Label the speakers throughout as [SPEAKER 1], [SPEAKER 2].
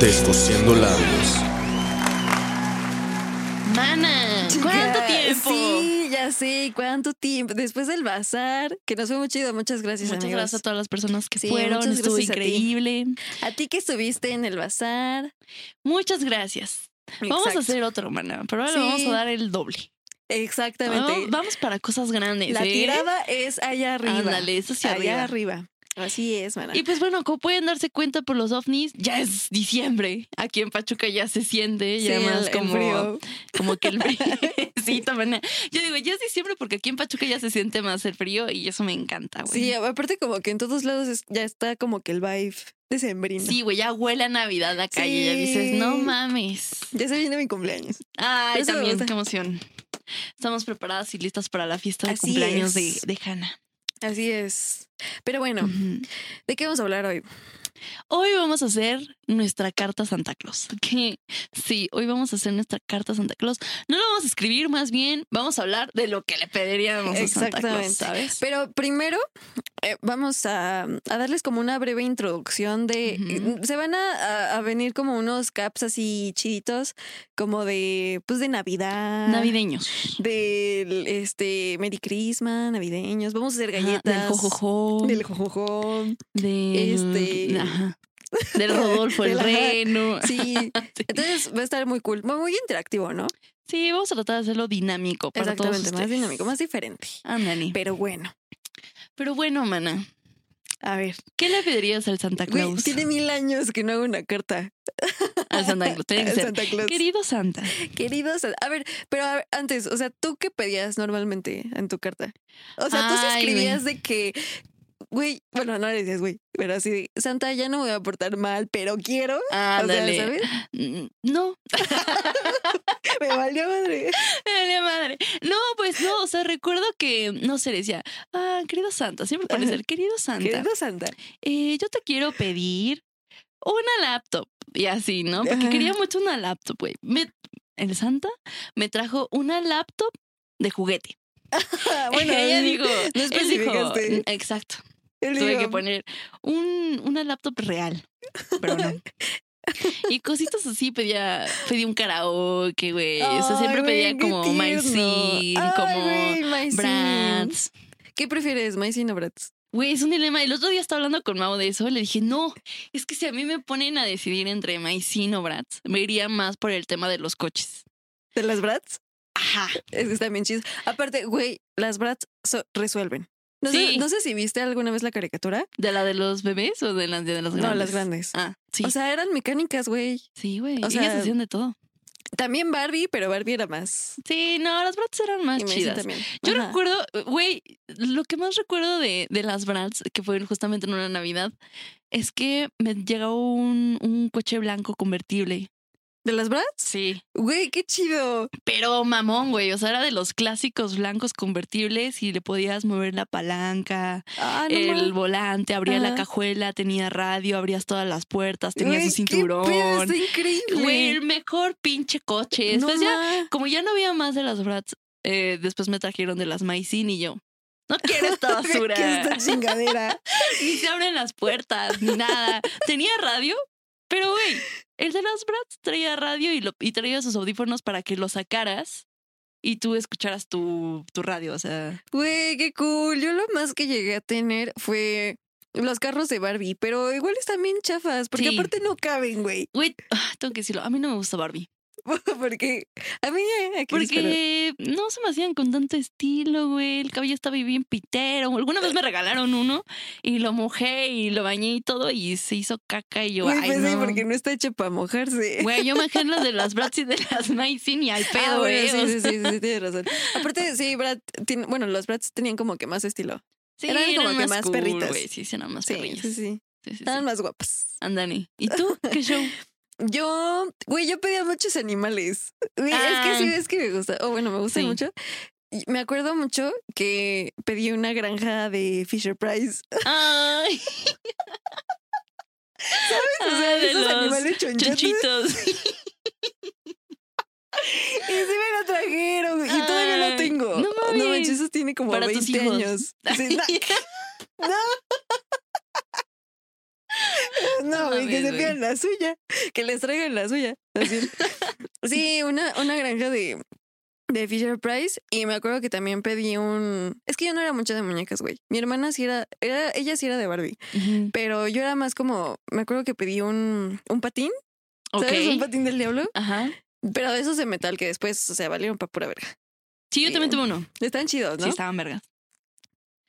[SPEAKER 1] Descosiendo labios.
[SPEAKER 2] Mana,
[SPEAKER 3] Chica,
[SPEAKER 2] ¿cuánto tiempo?
[SPEAKER 3] Sí, ya sé, cuánto tiempo. Después del bazar, que nos fue muy chido. Muchas gracias,
[SPEAKER 2] Muchas
[SPEAKER 3] amigos.
[SPEAKER 2] gracias a todas las personas que
[SPEAKER 3] Sí,
[SPEAKER 2] fueron,
[SPEAKER 3] muchas
[SPEAKER 2] estuvo
[SPEAKER 3] gracias a ti.
[SPEAKER 2] increíble.
[SPEAKER 3] a ti que estuviste en el bazar.
[SPEAKER 2] Muchas gracias. Vamos
[SPEAKER 3] Exacto.
[SPEAKER 2] a hacer otro, mana, pero ahora le
[SPEAKER 3] Sí.
[SPEAKER 2] vamos a dar el doble.
[SPEAKER 3] Exactamente.
[SPEAKER 2] Vamos- Vamos para cosas grandes.
[SPEAKER 3] La
[SPEAKER 2] ¿eh?
[SPEAKER 3] tirada es allá arriba.
[SPEAKER 2] Ándale, es hacia
[SPEAKER 3] allá
[SPEAKER 2] arriba.
[SPEAKER 3] arriba. Así es, mana.
[SPEAKER 2] Y pues bueno, como pueden darse cuenta por los ovnis, ya es diciembre. Aquí en Pachuca ya se siente, ya
[SPEAKER 3] Sí,
[SPEAKER 2] más
[SPEAKER 3] el- el
[SPEAKER 2] como, ah,
[SPEAKER 3] frío.
[SPEAKER 2] como que el frío. sí, también. Yo digo, ya es diciembre porque aquí en Pachuca ya se siente más el frío y eso me encanta,
[SPEAKER 3] Sí,
[SPEAKER 2] güey.
[SPEAKER 3] aparte como que en todos lados es- ya está como que el vibe decembrino.
[SPEAKER 2] Sí, güey, ya huele a Navidad la calle. Ya dices,
[SPEAKER 3] Sí.
[SPEAKER 2] no mames.
[SPEAKER 3] Ya se viene mi cumpleaños.
[SPEAKER 2] Ay,
[SPEAKER 3] Eso me
[SPEAKER 2] también,
[SPEAKER 3] gusta.
[SPEAKER 2] qué emoción. Estamos preparadas y listas para la fiesta de
[SPEAKER 3] Así
[SPEAKER 2] cumpleaños de,
[SPEAKER 3] es.
[SPEAKER 2] de Hannah.
[SPEAKER 3] Así es. Pero bueno,
[SPEAKER 2] Ujú.
[SPEAKER 3] ¿de qué vamos a hablar hoy?
[SPEAKER 2] Hoy vamos a hacer nuestra carta a Santa Claus. Que sí, hoy vamos a hacer nuestra carta a Santa Claus. No lo vamos a escribir, más bien vamos a hablar de lo que le pediríamos a Santa Claus,
[SPEAKER 3] Exactamente.
[SPEAKER 2] ¿sabes?
[SPEAKER 3] Pero primero eh, vamos a, a darles como una breve introducción de...
[SPEAKER 2] Ujú.
[SPEAKER 3] Se van a, a- a venir como unos caps así chiditos, como de, pues de Navidad.
[SPEAKER 2] Navideños.
[SPEAKER 3] Del, este, Merry Christmas, navideños. Vamos a hacer
[SPEAKER 2] Ajá,
[SPEAKER 3] galletas.
[SPEAKER 2] Del jojojo.
[SPEAKER 3] Del jojojo.
[SPEAKER 2] del-
[SPEAKER 3] este-
[SPEAKER 2] ajá, Del Rodolfo el
[SPEAKER 3] Del- ajá.
[SPEAKER 2] Reno.
[SPEAKER 3] Sí.
[SPEAKER 2] Sí.
[SPEAKER 3] Entonces va a estar muy cool, muy interactivo, ¿no?
[SPEAKER 2] Sí, vamos a tratar de hacerlo dinámico para todos
[SPEAKER 3] Exactamente,
[SPEAKER 2] ustedes.
[SPEAKER 3] más dinámico, más diferente.
[SPEAKER 2] Ándale.
[SPEAKER 3] Pero bueno,
[SPEAKER 2] Pero bueno, mana,
[SPEAKER 3] a ver.
[SPEAKER 2] ¿qué le pedirías al Santa
[SPEAKER 3] Güey,
[SPEAKER 2] Claus?
[SPEAKER 3] tiene mil años que no hago una carta
[SPEAKER 2] Al Santa Claus. Tiene que
[SPEAKER 3] al
[SPEAKER 2] ser,
[SPEAKER 3] Santa Claus.
[SPEAKER 2] Querido Santa,
[SPEAKER 3] Queridos, a ver, pero a ver, antes, o sea, ¿tú qué pedías normalmente en tu carta? O sea, tú sí
[SPEAKER 2] Ay,
[SPEAKER 3] escribías de que, güey, bueno, no le decías, güey, pero así de, Santa, ya no me voy a portar mal, pero quiero. O sea,
[SPEAKER 2] ándale.
[SPEAKER 3] ¿sabes?
[SPEAKER 2] Mm, No,
[SPEAKER 3] Me valió madre.
[SPEAKER 2] Me valía madre. No, pues no, o sea, recuerdo que, no sé, decía, ah, querido Santa, siempre puede
[SPEAKER 3] Ajá.
[SPEAKER 2] ser, querido Santa,
[SPEAKER 3] Querido Santa.
[SPEAKER 2] eh, yo te quiero pedir una laptop. Y así, ¿no? Porque
[SPEAKER 3] Ajá.
[SPEAKER 2] quería mucho una laptop, güey. Me- El Santa me trajo una laptop de juguete.
[SPEAKER 3] Ah, bueno,
[SPEAKER 2] ella dijo,
[SPEAKER 3] no
[SPEAKER 2] él dijo,
[SPEAKER 3] especificaste.
[SPEAKER 2] exacto,
[SPEAKER 3] él
[SPEAKER 2] tuve
[SPEAKER 3] dijo,
[SPEAKER 2] que poner un, una laptop real, pero no. Y cositas así, pedía, pedí un karaoke, güey. O sea, siempre
[SPEAKER 3] "Ay,
[SPEAKER 2] pedía
[SPEAKER 3] güey,
[SPEAKER 2] como
[SPEAKER 3] qué
[SPEAKER 2] Maicin,
[SPEAKER 3] tierno. Ay,
[SPEAKER 2] como
[SPEAKER 3] güey, Maicin.
[SPEAKER 2] Bratz.
[SPEAKER 3] ¿Qué prefieres, Maicin o Bratz?
[SPEAKER 2] Güey, es un dilema. El otro día estaba hablando con Mau de eso. Le dije, no, es que si a mí me ponen a decidir entre Maicin o Bratz, me iría más por el tema de los coches.
[SPEAKER 3] ¿De las Bratz?
[SPEAKER 2] Ajá.
[SPEAKER 3] Es que están bien chidos. Aparte, güey, las Bratz so- resuelven. No,
[SPEAKER 2] Sí.
[SPEAKER 3] sé, no sé si viste alguna vez la caricatura.
[SPEAKER 2] ¿De la de los bebés o de las de las grandes?
[SPEAKER 3] No, las grandes.
[SPEAKER 2] Ah, sí.
[SPEAKER 3] O sea, eran mecánicas, güey.
[SPEAKER 2] sí, güey.
[SPEAKER 3] o sea-
[SPEAKER 2] Ellas hacían de todo.
[SPEAKER 3] También Barbie, pero Barbie era más.
[SPEAKER 2] Sí, no, las Bratz eran más
[SPEAKER 3] Y Maisy
[SPEAKER 2] chidas.
[SPEAKER 3] también.
[SPEAKER 2] Yo
[SPEAKER 3] Ajá.
[SPEAKER 2] recuerdo, güey, lo que más recuerdo de, de las Bratz, que fue justamente en una Navidad, es que me llegó un, un coche blanco convertible.
[SPEAKER 3] ¿De las Bratz?
[SPEAKER 2] Sí.
[SPEAKER 3] Güey, qué chido.
[SPEAKER 2] Pero mamón, güey. O sea, era de los clásicos blancos convertibles y le podías mover la palanca,
[SPEAKER 3] Ah, no
[SPEAKER 2] el
[SPEAKER 3] mames.
[SPEAKER 2] volante, abría la
[SPEAKER 3] Ajá.
[SPEAKER 2] cajuela, tenía radio, abrías todas las puertas, tenías
[SPEAKER 3] Güey,
[SPEAKER 2] un
[SPEAKER 3] qué pedo,
[SPEAKER 2] cinturón.
[SPEAKER 3] Está increíble.
[SPEAKER 2] Güey, el mejor pinche coche. Después
[SPEAKER 3] no
[SPEAKER 2] ya,
[SPEAKER 3] ma.
[SPEAKER 2] como ya no había más de las Bratz, eh, después me trajeron de las Maicin y yo. No quiero esta
[SPEAKER 3] Güey, ¿Qué
[SPEAKER 2] basura.
[SPEAKER 3] es esta chingadera?
[SPEAKER 2] Ni se abren las puertas, ni nada. Tenía radio, pero güey, el de las Bratz traía radio y, lo, y traía sus audífonos para que lo sacaras y tú escucharas tu, tu radio. O sea,
[SPEAKER 3] Güey, qué cool. Yo lo más que llegué a tener fue los carros de Barbie, pero igual están bien chafas, porque
[SPEAKER 2] Sí.
[SPEAKER 3] aparte no caben, güey.
[SPEAKER 2] güey, ah, tengo que decirlo, a mí no me gusta Barbie.
[SPEAKER 3] Porque a mí, eh, aquí
[SPEAKER 2] Porque
[SPEAKER 3] espero.
[SPEAKER 2] no se me hacían con tanto estilo, güey. El cabello estaba bien pitero. Alguna vez me regalaron uno y lo mojé y lo bañé y todo y se hizo caca y yo,
[SPEAKER 3] Güey,
[SPEAKER 2] ay,
[SPEAKER 3] pues sí,
[SPEAKER 2] no.
[SPEAKER 3] porque no está hecha para mojarse.
[SPEAKER 2] Güey, yo manjé las de las Bratz y de las Maicin y al pedo,
[SPEAKER 3] Ah,
[SPEAKER 2] güey.
[SPEAKER 3] bueno,
[SPEAKER 2] o
[SPEAKER 3] sí, sí, sí, sí, sí, tienes razón. Aparte, sí, Brad, tiene- bueno, los Brads tenían como que más estilo.
[SPEAKER 2] Sí,
[SPEAKER 3] Eran como que más
[SPEAKER 2] cool,
[SPEAKER 3] perritas.
[SPEAKER 2] güey, Sí, eran más
[SPEAKER 3] Sí,
[SPEAKER 2] perrillas.
[SPEAKER 3] sí, sí.
[SPEAKER 2] Sí, sí, sí.
[SPEAKER 3] Estaban más guapas.
[SPEAKER 2] Andani. ¿Y tú? ¿Qué show?
[SPEAKER 3] Yo, güey, yo pedía muchos animales. Güey, Es
[SPEAKER 2] Ah.
[SPEAKER 3] que sí, es que me gusta. O bueno, me gusta
[SPEAKER 2] Sí.
[SPEAKER 3] mucho. Y me acuerdo mucho que pedí una granja de Fisher Price.
[SPEAKER 2] Ay.
[SPEAKER 3] O sea,
[SPEAKER 2] Ah,
[SPEAKER 3] de esos
[SPEAKER 2] los
[SPEAKER 3] animales chonchetes.
[SPEAKER 2] Chonchitos.
[SPEAKER 3] Y sí me lo trajeron. Y todavía lo
[SPEAKER 2] Ay,
[SPEAKER 3] tengo.
[SPEAKER 2] no mames.
[SPEAKER 3] manches, eso tiene como
[SPEAKER 2] Para tus
[SPEAKER 3] 20
[SPEAKER 2] hijos.
[SPEAKER 3] años. Sí, no, no,
[SPEAKER 2] No
[SPEAKER 3] güey, que se
[SPEAKER 2] mames, güey.
[SPEAKER 3] pidan la suya. Que les traigan la suya. Así. sí, una, una granja de, de Fisher Price. Y me acuerdo que también pedí un. Es que yo no era mucho de muñecas, güey. Mi hermana sí era, era. Ella sí era de Barbie.
[SPEAKER 2] Ujú.
[SPEAKER 3] Pero yo era más como. Me acuerdo que pedí un, un patín.
[SPEAKER 2] Ok.
[SPEAKER 3] ¿Sabes? Un patín del diablo.
[SPEAKER 2] Ajá.
[SPEAKER 3] Pero de esos de metal que después, o sea, valieron para pura verga.
[SPEAKER 2] Sí, yo también
[SPEAKER 3] Sí.
[SPEAKER 2] tuve uno.
[SPEAKER 3] Están chidos,
[SPEAKER 2] Sí,
[SPEAKER 3] ¿no?
[SPEAKER 2] estaban vergas.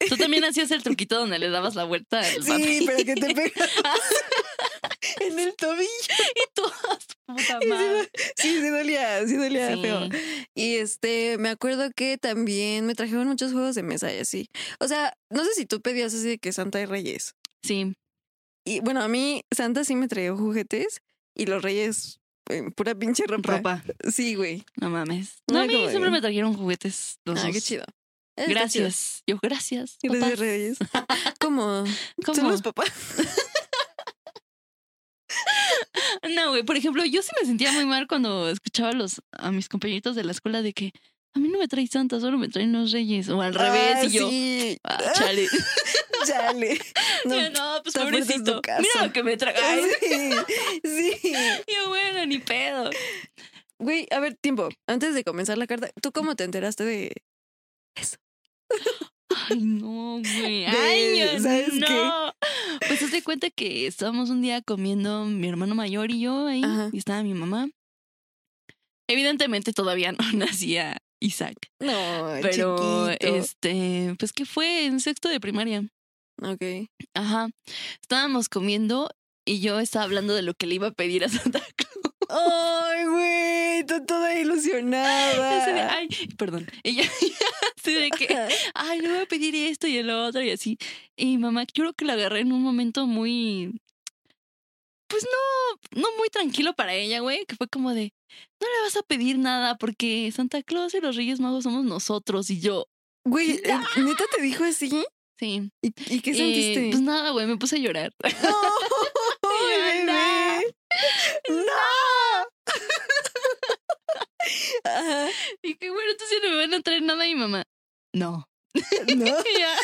[SPEAKER 2] Tú también hacías el truquito donde le dabas la vuelta al
[SPEAKER 3] Sí, pero que te pegas en el tobillo.
[SPEAKER 2] puta
[SPEAKER 3] sí,
[SPEAKER 2] madre.
[SPEAKER 3] Sí, sí dolía, sí dolía
[SPEAKER 2] Sí.
[SPEAKER 3] feo. Y este, me acuerdo que también me trajeron muchos juegos de mesa y así. O sea, no sé si tú pedías así de que Santa y Reyes.
[SPEAKER 2] Sí.
[SPEAKER 3] Y bueno, a mí Santa sí me traía juguetes y los Reyes eh, pura pinche ropa.
[SPEAKER 2] ropa.
[SPEAKER 3] Sí, güey.
[SPEAKER 2] No mames.
[SPEAKER 3] No,
[SPEAKER 2] No, a mí
[SPEAKER 3] como
[SPEAKER 2] siempre
[SPEAKER 3] bien.
[SPEAKER 2] me trajeron juguetes. los
[SPEAKER 3] Ah, qué
[SPEAKER 2] dos.
[SPEAKER 3] chido. Está chido.
[SPEAKER 2] Gracias. Yo, gracias. papá.
[SPEAKER 3] Gracias, Reyes. Como son
[SPEAKER 2] ¿Cómo?
[SPEAKER 3] los papás.
[SPEAKER 2] No, güey. Por ejemplo, yo sí me sentía muy mal cuando escuchaba a, los, a mis compañeritos de la escuela de que a mí no me trae Santa, solo me traen los reyes. O al revés.
[SPEAKER 3] Ah,
[SPEAKER 2] y yo,
[SPEAKER 3] Sí.
[SPEAKER 2] ah, chale.
[SPEAKER 3] Chale. No,
[SPEAKER 2] Yo, no, pues
[SPEAKER 3] está fuerte en tu
[SPEAKER 2] pobrecito.
[SPEAKER 3] casa.
[SPEAKER 2] Mira lo que me trae.
[SPEAKER 3] Sí, sí.
[SPEAKER 2] Yo, bueno, ni pedo.
[SPEAKER 3] Güey, a ver, tiempo. Antes de comenzar la carta, ¿tú cómo te enteraste de,
[SPEAKER 2] Ay, no, güey.
[SPEAKER 3] De-
[SPEAKER 2] Ay,
[SPEAKER 3] ¿sabes qué?
[SPEAKER 2] no. Pues hazte cuenta que estábamos un día comiendo mi hermano mayor y yo ahí,
[SPEAKER 3] Ajá.
[SPEAKER 2] y estaba mi mamá. Evidentemente todavía no nacía Isaac,
[SPEAKER 3] No,
[SPEAKER 2] pero
[SPEAKER 3] chiquito.
[SPEAKER 2] este, pues que fue en sexto de primaria.
[SPEAKER 3] Ok.
[SPEAKER 2] Ajá. Estábamos comiendo y yo estaba hablando de lo que le iba a pedir a Santa Claus.
[SPEAKER 3] Ay, güey, tú toda
[SPEAKER 2] Yo así de,
[SPEAKER 3] ilusionada.
[SPEAKER 2] Ay, perdón. Ella así de que ay, le voy a pedir esto y el otro y así. Y mi mamá, yo creo que la agarré en un momento muy, pues no, no muy tranquilo para ella, güey, que fue como de, no le vas a pedir nada porque Santa Claus y los Reyes Magos somos nosotros y yo.
[SPEAKER 3] Güey, eh, ¿neta te dijo así?
[SPEAKER 2] Sí.
[SPEAKER 3] ¿Y, y qué
[SPEAKER 2] ¡Ah! Eh,
[SPEAKER 3] sentiste?
[SPEAKER 2] pues nada, güey, me puse a llorar.
[SPEAKER 3] Ay,
[SPEAKER 2] Ana.
[SPEAKER 3] bebé. ¡No! Ajá,
[SPEAKER 2] Y que bueno, entonces no me van a traer nada a mi mamá. No. Y
[SPEAKER 3] no,
[SPEAKER 2] ya,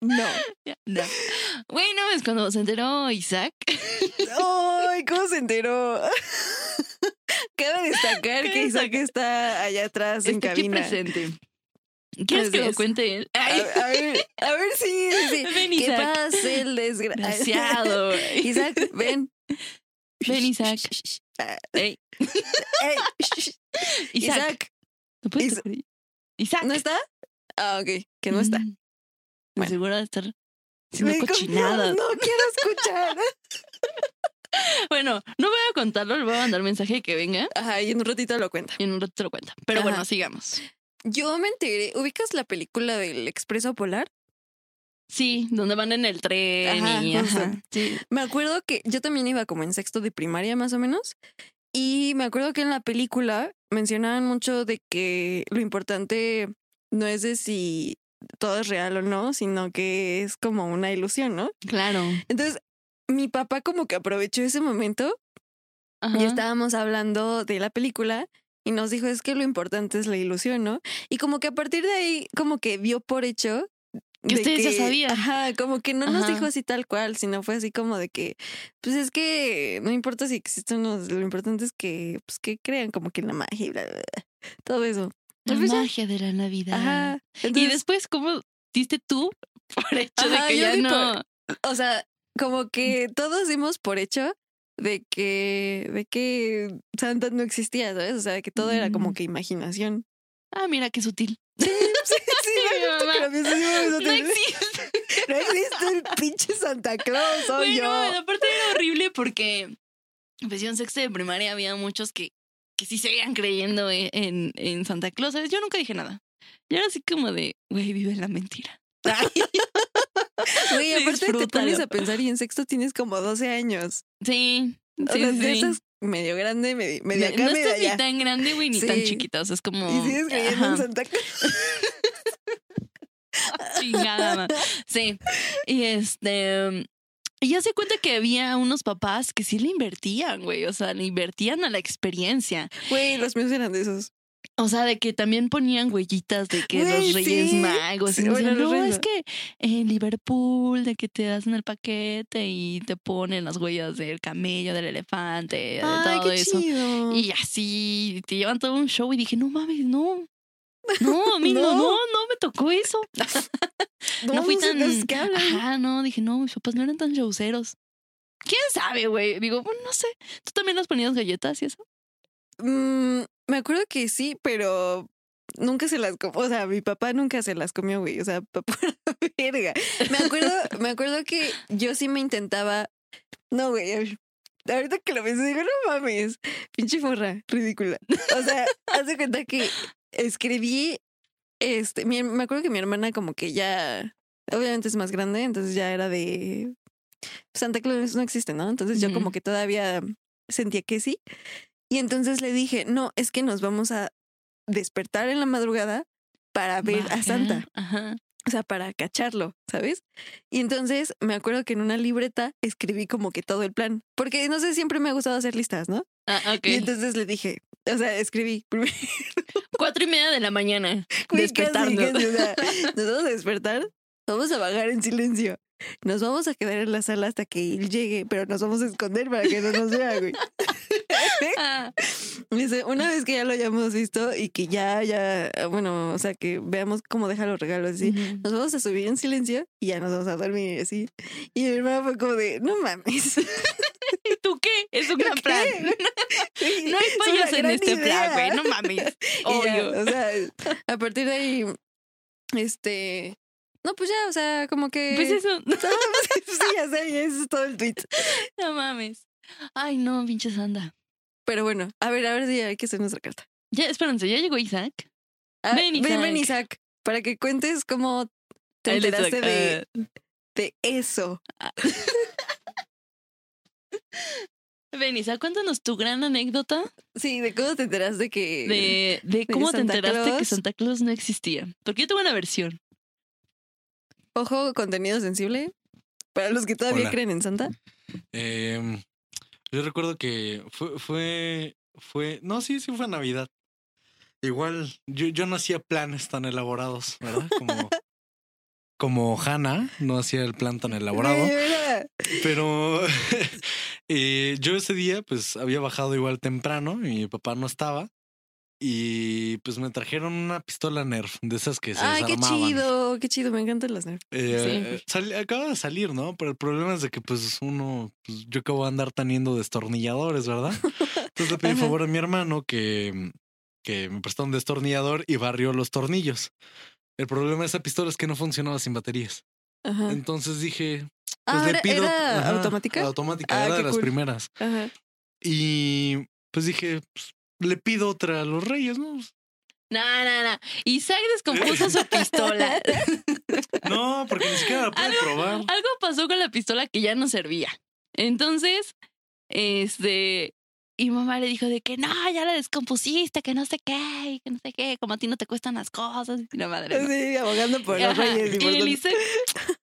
[SPEAKER 3] no.
[SPEAKER 2] ya, no. Güey, no es cuando se enteró Isaac.
[SPEAKER 3] Ay, ¿cómo se enteró? Cabe destacar que Isaac está allá atrás en
[SPEAKER 2] está aquí
[SPEAKER 3] cabina.
[SPEAKER 2] presente. ¿Quieres que
[SPEAKER 3] Así
[SPEAKER 2] lo
[SPEAKER 3] es.
[SPEAKER 2] cuente él?
[SPEAKER 3] A,
[SPEAKER 2] Ay,
[SPEAKER 3] a ver, a ver si sí,
[SPEAKER 2] ven,
[SPEAKER 3] ¿Qué
[SPEAKER 2] Isaac.
[SPEAKER 3] pasa el
[SPEAKER 2] Desgraciado.
[SPEAKER 3] desgraciado?
[SPEAKER 2] güey.
[SPEAKER 3] Isaac, ven.
[SPEAKER 2] Ven, Isaac. Ey,
[SPEAKER 3] Ey,
[SPEAKER 2] Isaac.
[SPEAKER 3] Isaac,
[SPEAKER 2] ¿no puedes
[SPEAKER 3] Isa-
[SPEAKER 2] tocar? Isaac.
[SPEAKER 3] ¿no está? Ah, ok, que no está.
[SPEAKER 2] Mm.
[SPEAKER 3] Bueno.
[SPEAKER 2] Seguro de estar haciendo
[SPEAKER 3] Me confió,
[SPEAKER 2] cochinadas.
[SPEAKER 3] No quiero escuchar.
[SPEAKER 2] Bueno, no voy a contarlo, le voy a mandar mensaje de que venga
[SPEAKER 3] Ajá, y en un ratito lo cuenta.
[SPEAKER 2] y en un rato te lo cuento. Pero
[SPEAKER 3] Ajá.
[SPEAKER 2] bueno, sigamos.
[SPEAKER 3] Yo me enteré, ¿ubicas la película del Expreso Polar?
[SPEAKER 2] Sí, donde van en el tren
[SPEAKER 3] Ajá,
[SPEAKER 2] y
[SPEAKER 3] justo.
[SPEAKER 2] ajá. Sí.
[SPEAKER 3] Me acuerdo que yo también iba como en sexto de primaria más o menos. Y me acuerdo que en la película mencionaban mucho de que lo importante no es de si todo es real o no, sino que es como una ilusión, ¿no?
[SPEAKER 2] Claro.
[SPEAKER 3] Entonces, mi papá como que aprovechó ese momento
[SPEAKER 2] Ajá.
[SPEAKER 3] y estábamos hablando de la película y nos dijo, es que lo importante es la ilusión, ¿no? Y como que a partir de ahí, como que dio por hecho...
[SPEAKER 2] Que
[SPEAKER 3] de
[SPEAKER 2] ustedes ya sabían.
[SPEAKER 3] Ajá, como que no nos
[SPEAKER 2] Ajá.
[SPEAKER 3] dijo así tal cual, sino fue así como de que, pues es que no importa si existen los, lo importante es que, pues que crean como que en la magia y bla, bla, bla, todo eso.
[SPEAKER 2] La
[SPEAKER 3] Pues ya.
[SPEAKER 2] magia de la Navidad.
[SPEAKER 3] Ajá.
[SPEAKER 2] Y
[SPEAKER 3] Entonces,
[SPEAKER 2] después, ¿cómo diste tú por hecho
[SPEAKER 3] Ajá,
[SPEAKER 2] de que
[SPEAKER 3] yo
[SPEAKER 2] ya
[SPEAKER 3] di
[SPEAKER 2] no?
[SPEAKER 3] o sea,
[SPEAKER 2] Mm.
[SPEAKER 3] como que todos dimos por hecho de que, de que Santa no existía, ¿sabes? O sea, de que todo era como
[SPEAKER 2] Mm.
[SPEAKER 3] que imaginación.
[SPEAKER 2] Ah, mira qué sutil.
[SPEAKER 3] Sí, sí,
[SPEAKER 2] Mi
[SPEAKER 3] me gusta que
[SPEAKER 2] mamá.
[SPEAKER 3] lo pienses, sí, me
[SPEAKER 2] No
[SPEAKER 3] gusta que-
[SPEAKER 2] existe.
[SPEAKER 3] No existe el pinche Santa Claus, soy
[SPEAKER 2] bueno,
[SPEAKER 3] yo.
[SPEAKER 2] aparte era horrible porque pues yo en sexto de primaria había muchos que, que sí seguían creyendo e- en, en Santa Claus. ¿sabes? Yo nunca dije nada. Y ahora sí como de, güey, vive la mentira.
[SPEAKER 3] Güey, aparte te
[SPEAKER 2] Disfrútalo.
[SPEAKER 3] pones a pensar y en sexto tienes como 12 años.
[SPEAKER 2] Sí, sí,
[SPEAKER 3] O sea,
[SPEAKER 2] sí,
[SPEAKER 3] de
[SPEAKER 2] sí.
[SPEAKER 3] esas medio grande, medio, medio
[SPEAKER 2] No-
[SPEAKER 3] acá,
[SPEAKER 2] no
[SPEAKER 3] medio
[SPEAKER 2] estás
[SPEAKER 3] allá.
[SPEAKER 2] ni tan grande, güey, ni tan
[SPEAKER 3] Sí.
[SPEAKER 2] chiquita. O sea, es como.
[SPEAKER 3] Y sigues creyendo
[SPEAKER 2] ajá,
[SPEAKER 3] en Santa Claus.
[SPEAKER 2] chingada madre. Sí. Y este. Y ya se cuenta que había unos papás que sí le invertían, güey. O sea, le invertían a la experiencia.
[SPEAKER 3] Güey, los míos eran de esos.
[SPEAKER 2] O sea, de que también ponían huellitas de que
[SPEAKER 3] Güey,
[SPEAKER 2] los Reyes
[SPEAKER 3] sí.
[SPEAKER 2] Magos.
[SPEAKER 3] Sí,
[SPEAKER 2] y decían,
[SPEAKER 3] bueno, los
[SPEAKER 2] no,
[SPEAKER 3] Reyes
[SPEAKER 2] es que en Liverpool, de que te hacen el paquete y te ponen las huellas del camello, del elefante, de
[SPEAKER 3] Ay,
[SPEAKER 2] todo
[SPEAKER 3] qué
[SPEAKER 2] eso.
[SPEAKER 3] chido.
[SPEAKER 2] Y así te llevan todo un show y dije, no mames, no. No, a mí no, no,
[SPEAKER 3] No.
[SPEAKER 2] no me tocó eso. no fui
[SPEAKER 3] sé
[SPEAKER 2] tan-
[SPEAKER 3] de esos que hablan.
[SPEAKER 2] Ajá, no, dije, no, mis papás no eran tan showceros. ¿Quién sabe, güey? Digo, bueno, no sé. ¿Tú también las ponías galletas y eso?
[SPEAKER 3] Mm, me acuerdo que sí, pero nunca se las comió. O sea, mi papá nunca se las comió, güey. O sea, papá, verga. Me acuerdo, me acuerdo que yo sí me intentaba. No, güey. a ver, Ahorita que lo pensé, digo, no mames. Pinche forra, ridícula. O sea, haz de cuenta que escribí. Este, mi her- me acuerdo que mi hermana, como que ya. Obviamente es más grande, entonces ya era de. Santa Claus no existe, ¿no? Entonces yo,
[SPEAKER 2] Ujú.
[SPEAKER 3] como que todavía sentía que sí. Y entonces le dije, no, es que nos vamos a despertar en la madrugada para ver a
[SPEAKER 2] Vaya,
[SPEAKER 3] Santa,
[SPEAKER 2] Ajá.
[SPEAKER 3] o sea, para cacharlo, ¿sabes? Y entonces me acuerdo que en una libreta escribí como que todo el plan, porque no sé, siempre me ha gustado hacer listas, ¿no?
[SPEAKER 2] Ah, ok.
[SPEAKER 3] Y entonces le dije, o sea, escribí, primero,
[SPEAKER 2] Cuatro y media de la mañana.
[SPEAKER 3] casi,
[SPEAKER 2] Despertarnos.
[SPEAKER 3] casi, o sea, nos vamos a despertar, vamos a vagar en silencio, nos vamos a quedar en la sala hasta que él llegue, pero nos vamos a esconder para que no nos vea, güey.
[SPEAKER 2] Ah,
[SPEAKER 3] Dice, una vez que ya lo hayamos visto y que ya, ya, bueno, o sea, que veamos cómo deja los regalos así,
[SPEAKER 2] ujú.
[SPEAKER 3] nos vamos a subir en silencio y ya nos vamos a dormir así. Y mi hermana fue como de, no mames.
[SPEAKER 2] ¿Y tú qué? Es un
[SPEAKER 3] ¿Yo
[SPEAKER 2] gran
[SPEAKER 3] qué?
[SPEAKER 2] plan.
[SPEAKER 3] Es
[SPEAKER 2] No hay
[SPEAKER 3] una
[SPEAKER 2] fallos en
[SPEAKER 3] gran
[SPEAKER 2] este plan,
[SPEAKER 3] idea.
[SPEAKER 2] güey. No mames.
[SPEAKER 3] Y ya,
[SPEAKER 2] Obvio.
[SPEAKER 3] o sea, a partir de ahí, este, no, pues ya, o sea, como que... pues
[SPEAKER 2] Pues eso.
[SPEAKER 3] sí, ya sé, ya eso es todo el tweet.
[SPEAKER 2] No mames. Ay, no, pinche Santa.
[SPEAKER 3] Pero bueno, a ver, a ver si hay que hacer nuestra carta.
[SPEAKER 2] Ya, espérense, ya llegó Isaac.
[SPEAKER 3] Ah,
[SPEAKER 2] Ven,
[SPEAKER 3] ven,
[SPEAKER 2] Isaac.
[SPEAKER 3] ven, Isaac, para que cuentes cómo te
[SPEAKER 2] Él es
[SPEAKER 3] enteraste
[SPEAKER 2] Isaac.
[SPEAKER 3] de...
[SPEAKER 2] Ah.
[SPEAKER 3] de eso.
[SPEAKER 2] Benisa, Ah. cuéntanos tu gran anécdota
[SPEAKER 3] Sí, de cómo te enteras de que.
[SPEAKER 2] de, de cómo te
[SPEAKER 3] Santa
[SPEAKER 2] enteraste que
[SPEAKER 3] Claus.
[SPEAKER 2] Santa Claus no existía. Porque yo tengo una versión.
[SPEAKER 3] Ojo, contenido sensible. Para los que todavía
[SPEAKER 1] Hola.
[SPEAKER 3] creen en Santa.
[SPEAKER 1] Em, yo recuerdo que fue, fue, fue, no, sí, sí fue Navidad. Igual, yo, yo no hacía planes tan elaborados, ¿verdad? Como, como Hannah no hacía el plan tan elaborado,
[SPEAKER 3] Güey, era-
[SPEAKER 1] pero eh, yo ese día pues había bajado igual temprano y mi papá no estaba y pues me trajeron una pistola Nerf de esas que se
[SPEAKER 3] Ay, qué
[SPEAKER 1] desarmaban.
[SPEAKER 3] chido, qué chido. Me encantan las nerfs.
[SPEAKER 1] Eh, sal- acaba de salir, ¿no? Pero el problema es de que, pues, uno, pues, yo acabo de andar teniendo destornilladores, ¿verdad? Entonces le pedí
[SPEAKER 3] Ajá.
[SPEAKER 1] favor a mi hermano que, mm, que me prestó un destornillador y barrió los tornillos. El problema de esa pistola es que no funcionaba sin baterías.
[SPEAKER 3] Ajá.
[SPEAKER 1] Entonces dije, pues
[SPEAKER 3] Ah,
[SPEAKER 1] le
[SPEAKER 3] era,
[SPEAKER 1] pido.
[SPEAKER 3] era
[SPEAKER 1] Ajá,
[SPEAKER 3] automática.
[SPEAKER 1] Automática,
[SPEAKER 3] Ah,
[SPEAKER 1] era
[SPEAKER 3] qué
[SPEAKER 1] de las
[SPEAKER 3] cool.
[SPEAKER 1] primeras.
[SPEAKER 3] Ajá.
[SPEAKER 1] Y pues dije, pues, le pido otra a los reyes, ¿no?
[SPEAKER 2] No, no, no. Isaac descompuso su pistola.
[SPEAKER 1] Pues, No, porque ni siquiera la
[SPEAKER 3] Ah,
[SPEAKER 1] pude
[SPEAKER 2] Algo-
[SPEAKER 1] probar.
[SPEAKER 2] Algo pasó con la pistola que ya no servía. Entonces, este. Y mamá le dijo de que no, ya la descompusiste, que no sé qué, y que no sé qué, como a ti no te cuestan las cosas. Y la madre. no.
[SPEAKER 3] Sí, abogando por los
[SPEAKER 2] Ajá.
[SPEAKER 3] reyes.
[SPEAKER 2] y
[SPEAKER 3] importante.
[SPEAKER 2] el Isaac,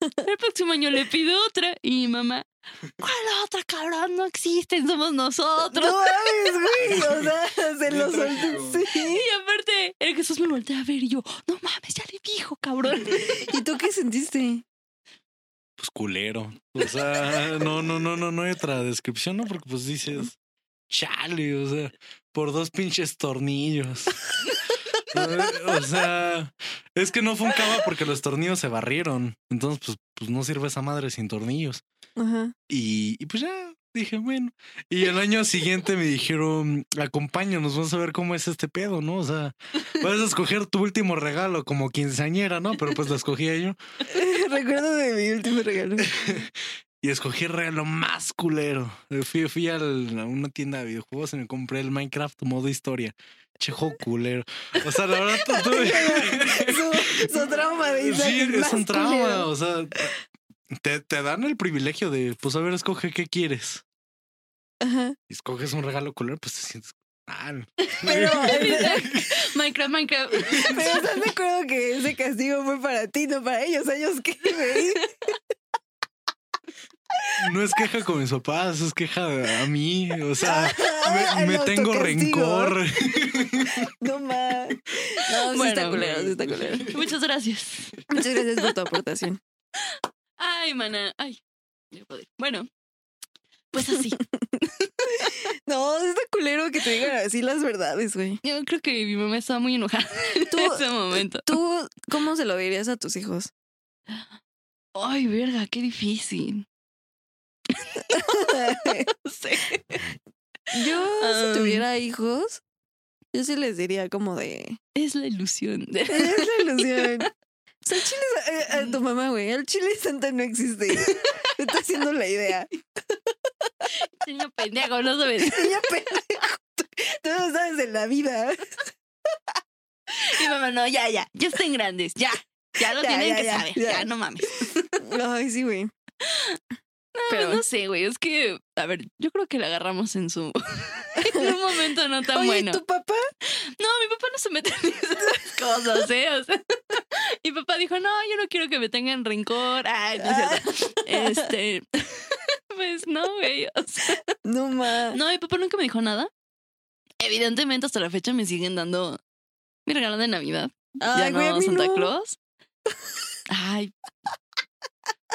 [SPEAKER 2] el próximo año le pido otra. Y mi mamá, ¿cuál otra, cabrón? No existen, somos
[SPEAKER 3] No
[SPEAKER 2] nosotros.
[SPEAKER 3] mames, güey. O sea, se
[SPEAKER 1] Qué
[SPEAKER 3] lo
[SPEAKER 1] trágico.
[SPEAKER 3] solté. Sí.
[SPEAKER 2] Y aparte, el Jesús me voltea a ver y yo, no mames, ya le dijo, cabrón.
[SPEAKER 3] ¿Y tú qué sentiste?
[SPEAKER 1] pues culero. O sea, no, no, no, no, no hay otra descripción, ¿no? Porque pues dices, chale, o sea, por dos pinches tornillos. O sea, es que no funcaba porque los tornillos se barrieron. Entonces, pues, pues no sirve esa madre sin tornillos.
[SPEAKER 3] Ajá.
[SPEAKER 1] Y, y pues ya dije, bueno. Y el año siguiente me dijeron, acompáñanos, vamos a ver cómo es este pedo, ¿no? O sea, vas a escoger tu último regalo como quinceañera, ¿no? Pero pues lo escogí yo.
[SPEAKER 3] Recuerdo de mi último regalo.
[SPEAKER 1] Y escogí el regalo más Eh, culero. Fui, fui al- a una tienda de videojuegos y me compré el Minecraft modo historia. Chejo culero. O sea, la verdad, tú- tú-
[SPEAKER 3] su, su trauma de Isaac
[SPEAKER 1] Sí, es
[SPEAKER 3] más
[SPEAKER 1] un trauma.
[SPEAKER 3] culero.
[SPEAKER 1] O sea, te, te dan el privilegio de, pues, a ver, escoge qué quieres.
[SPEAKER 3] Ajá.
[SPEAKER 1] Y escoges un regalo culero, pues te sientes mal.
[SPEAKER 3] Pero,
[SPEAKER 2] Minecraft, Minecraft.
[SPEAKER 3] pero estás de acuerdo que ese castigo fue para ti, no para ellos. Ellos qué, güey?
[SPEAKER 1] No es queja con mis papás, es queja a mí. O sea, me,
[SPEAKER 3] El
[SPEAKER 1] me tengo
[SPEAKER 3] autocastigo.
[SPEAKER 1] rencor.
[SPEAKER 3] No más. No, sí está
[SPEAKER 2] Bueno,
[SPEAKER 3] culero, sí está culero.
[SPEAKER 2] Muchas gracias.
[SPEAKER 3] Muchas gracias por tu aportación.
[SPEAKER 2] Ay, mana. Ay. ya podí. Bueno, pues así.
[SPEAKER 3] No, sí está culero que te digan así las verdades, güey.
[SPEAKER 2] Yo creo que mi mamá estaba muy enojada
[SPEAKER 3] Tú,
[SPEAKER 2] en ese momento.
[SPEAKER 3] ¿Tú cómo se lo dirías a tus hijos?
[SPEAKER 2] Ay, verga, qué difícil. No sé.
[SPEAKER 3] Yo,
[SPEAKER 2] Um.
[SPEAKER 3] si tuviera hijos, yo sí les diría como de.
[SPEAKER 2] Es la ilusión.
[SPEAKER 3] Es la ilusión. O sea, el chile es- a, a tu mamá, güey. El chile santa no existe. Te está haciendo la idea.
[SPEAKER 2] Niño pendejo, no sabes.
[SPEAKER 3] Niña pendejo. Tú- Tú no sabes de la vida.
[SPEAKER 2] Mi mamá, no, ya, ya. Ya estén grandes, ya. Ya lo
[SPEAKER 3] Ya,
[SPEAKER 2] tienen
[SPEAKER 3] ya,
[SPEAKER 2] que
[SPEAKER 3] ya,
[SPEAKER 2] saber.
[SPEAKER 3] ya.
[SPEAKER 2] Ya. no mames.
[SPEAKER 3] Ay, sí, güey.
[SPEAKER 2] Pero
[SPEAKER 3] Pero-
[SPEAKER 2] no sé, güey. Es que, a ver, yo creo que la agarramos en su. en un momento no tan
[SPEAKER 3] Oye,
[SPEAKER 2] bueno.
[SPEAKER 3] ¿tu papá?
[SPEAKER 2] No, mi papá no se mete en esas cosas, ¿eh? O sea, mi papá dijo, no, yo no quiero que me tengan rencor. Ay, no es cierto. Este. pues no, güey. O sea,
[SPEAKER 3] Ah, No, ma.
[SPEAKER 2] no, mi papá nunca me dijo nada. Evidentemente, hasta la fecha me siguen dando mi regalo de Navidad.
[SPEAKER 3] Ay,
[SPEAKER 2] ya no,
[SPEAKER 3] güey, a mí
[SPEAKER 2] Santa
[SPEAKER 3] no.
[SPEAKER 2] Claus. Ay.